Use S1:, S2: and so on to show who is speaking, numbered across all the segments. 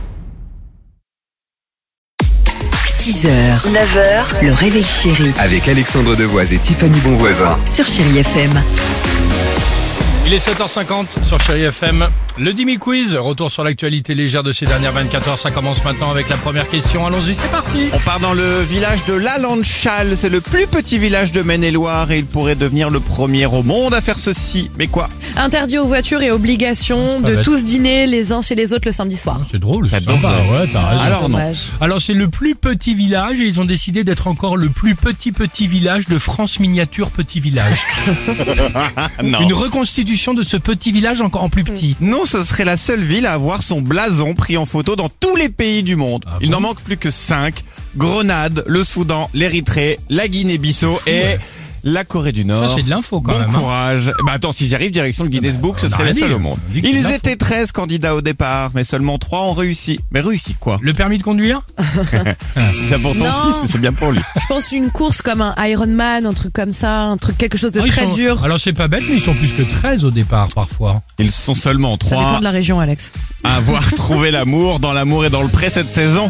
S1: 6h, 9h, le réveil chéri
S2: Avec Alexandre Devoise et Tiffany Bonvoisin.
S1: sur Chéri FM.
S3: Il est 7h50 sur Chéri FM. Le Dimi Quiz, retour sur l'actualité légère de ces dernières 24 heures. Ça commence maintenant avec la première question. Allons-y, c'est parti.
S4: On part dans le village de Lalanchal, c'est le plus petit village de Maine-et-Loire et il pourrait devenir le premier au monde à faire ceci. Mais quoi
S5: Interdit aux voitures et obligation
S3: Pas
S5: de
S3: bête.
S5: tous dîner les uns chez les autres le samedi soir.
S3: C'est drôle, c'est
S4: J'adore
S3: sympa.
S4: ça.
S3: Ouais, t'as raison.
S4: Alors non.
S5: Dommage.
S3: Ah, Alors c'est le plus petit village et ils ont décidé d'être encore le plus petit petit village de France miniature petit village.
S4: non.
S3: Une reconstitution de ce petit village encore en plus petit.
S4: Non, ce serait la seule ville à avoir son blason pris en photo dans tous les pays du monde.
S3: Ah
S4: il
S3: bon
S4: n'en manque plus que 5. Grenade, le Soudan, l'Érythrée, la Guinée-Bissau et la Corée du Nord.
S3: Ça c'est de l'info quand
S4: Bon
S3: même. hein. Ah,
S4: courage. Bah attends, s'ils y arrivent, direction le Guinness Book,
S3: on
S4: ce
S3: a
S4: serait
S3: rien
S4: les
S3: dit,
S4: seuls au
S3: on
S4: monde.
S3: dit que c'est de
S4: Ils
S3: l'info.
S4: étaient 13 candidats au départ, mais seulement 3 ont réussi. Mais réussi quoi
S3: Le permis de conduire Ah,
S4: C'est ça pour ton
S5: Non.
S4: fils, mais c'est bien pour lui.
S5: Je pense une course comme un Ironman, un truc comme ça, un truc quelque chose de
S3: Ah, ils
S5: très
S3: sont-
S5: dur.
S3: Alors c'est pas bête mais ils sont plus que 13 au départ parfois.
S4: Ils sont seulement
S5: Ça dépend
S4: trois
S5: de la région, Alex.
S4: à avoir trouvé l'amour dans l'amour et dans le pré cette saison.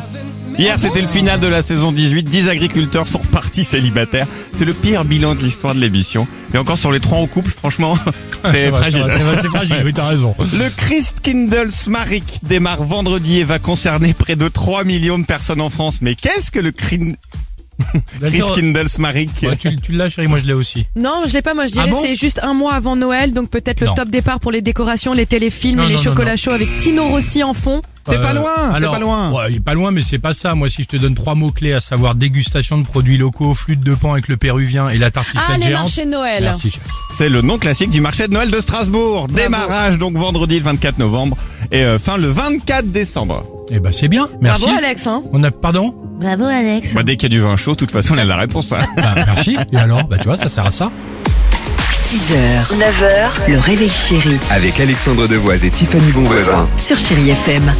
S4: Hier, c'était le final de la saison 18. 10 agriculteurs sont partis célibataires. C'est le pire bilan de l'histoire de l'émission. Et encore sur les trois en couple, franchement, c'est
S3: vrai,
S4: fragile.
S3: vrai, C'est vrai, c'est fragile, oui t'as raison.
S4: Le Christkindl Smarik démarre vendredi et va concerner près de 3 millions de personnes en France. Mais qu'est-ce que le Crin- Christkindl Smarik
S3: Ouais, tu tu l'as chérie, moi je l'ai aussi.
S5: Non, je l'ai pas. Moi, je dirais
S3: Ah bon
S5: c'est juste un mois avant Noël, donc peut-être le
S3: Non.
S5: top départ pour les décorations, les téléfilms
S3: Non,
S5: et les
S3: non, non,
S5: chocolats chauds avec Tino Rossi en fond.
S4: T'es pas loin, t'es
S3: Euh, alors,
S4: pas loin.
S3: Ouais, il est pas loin, mais c'est pas ça. Moi, si je te donne trois mots clés, à savoir dégustation de produits locaux, flûte de pan avec le péruvien et la tartiflette
S5: Ah, les
S3: géante.
S5: marchés de Noël.
S3: Merci. chef.
S4: C'est le nom classique du marché de Noël de Strasbourg. Démarrage donc vendredi le 24 novembre et euh, fin le 24 décembre.
S3: Eh ben, c'est bien. Merci.
S5: Bravo, Alex. Hein.
S3: On a, pardon?
S1: Bravo Alex.
S4: Bah, dès qu'il y a du vin chaud, de toute façon, on a la réponse. hein.
S3: Bah, merci. Et alors? Bah, tu vois, ça sert à ça.
S1: 6h, 9h, le réveil chéri
S2: Avec Alexandre Devoise et Tiffany Bonvoisin.
S1: sur Chéri FM.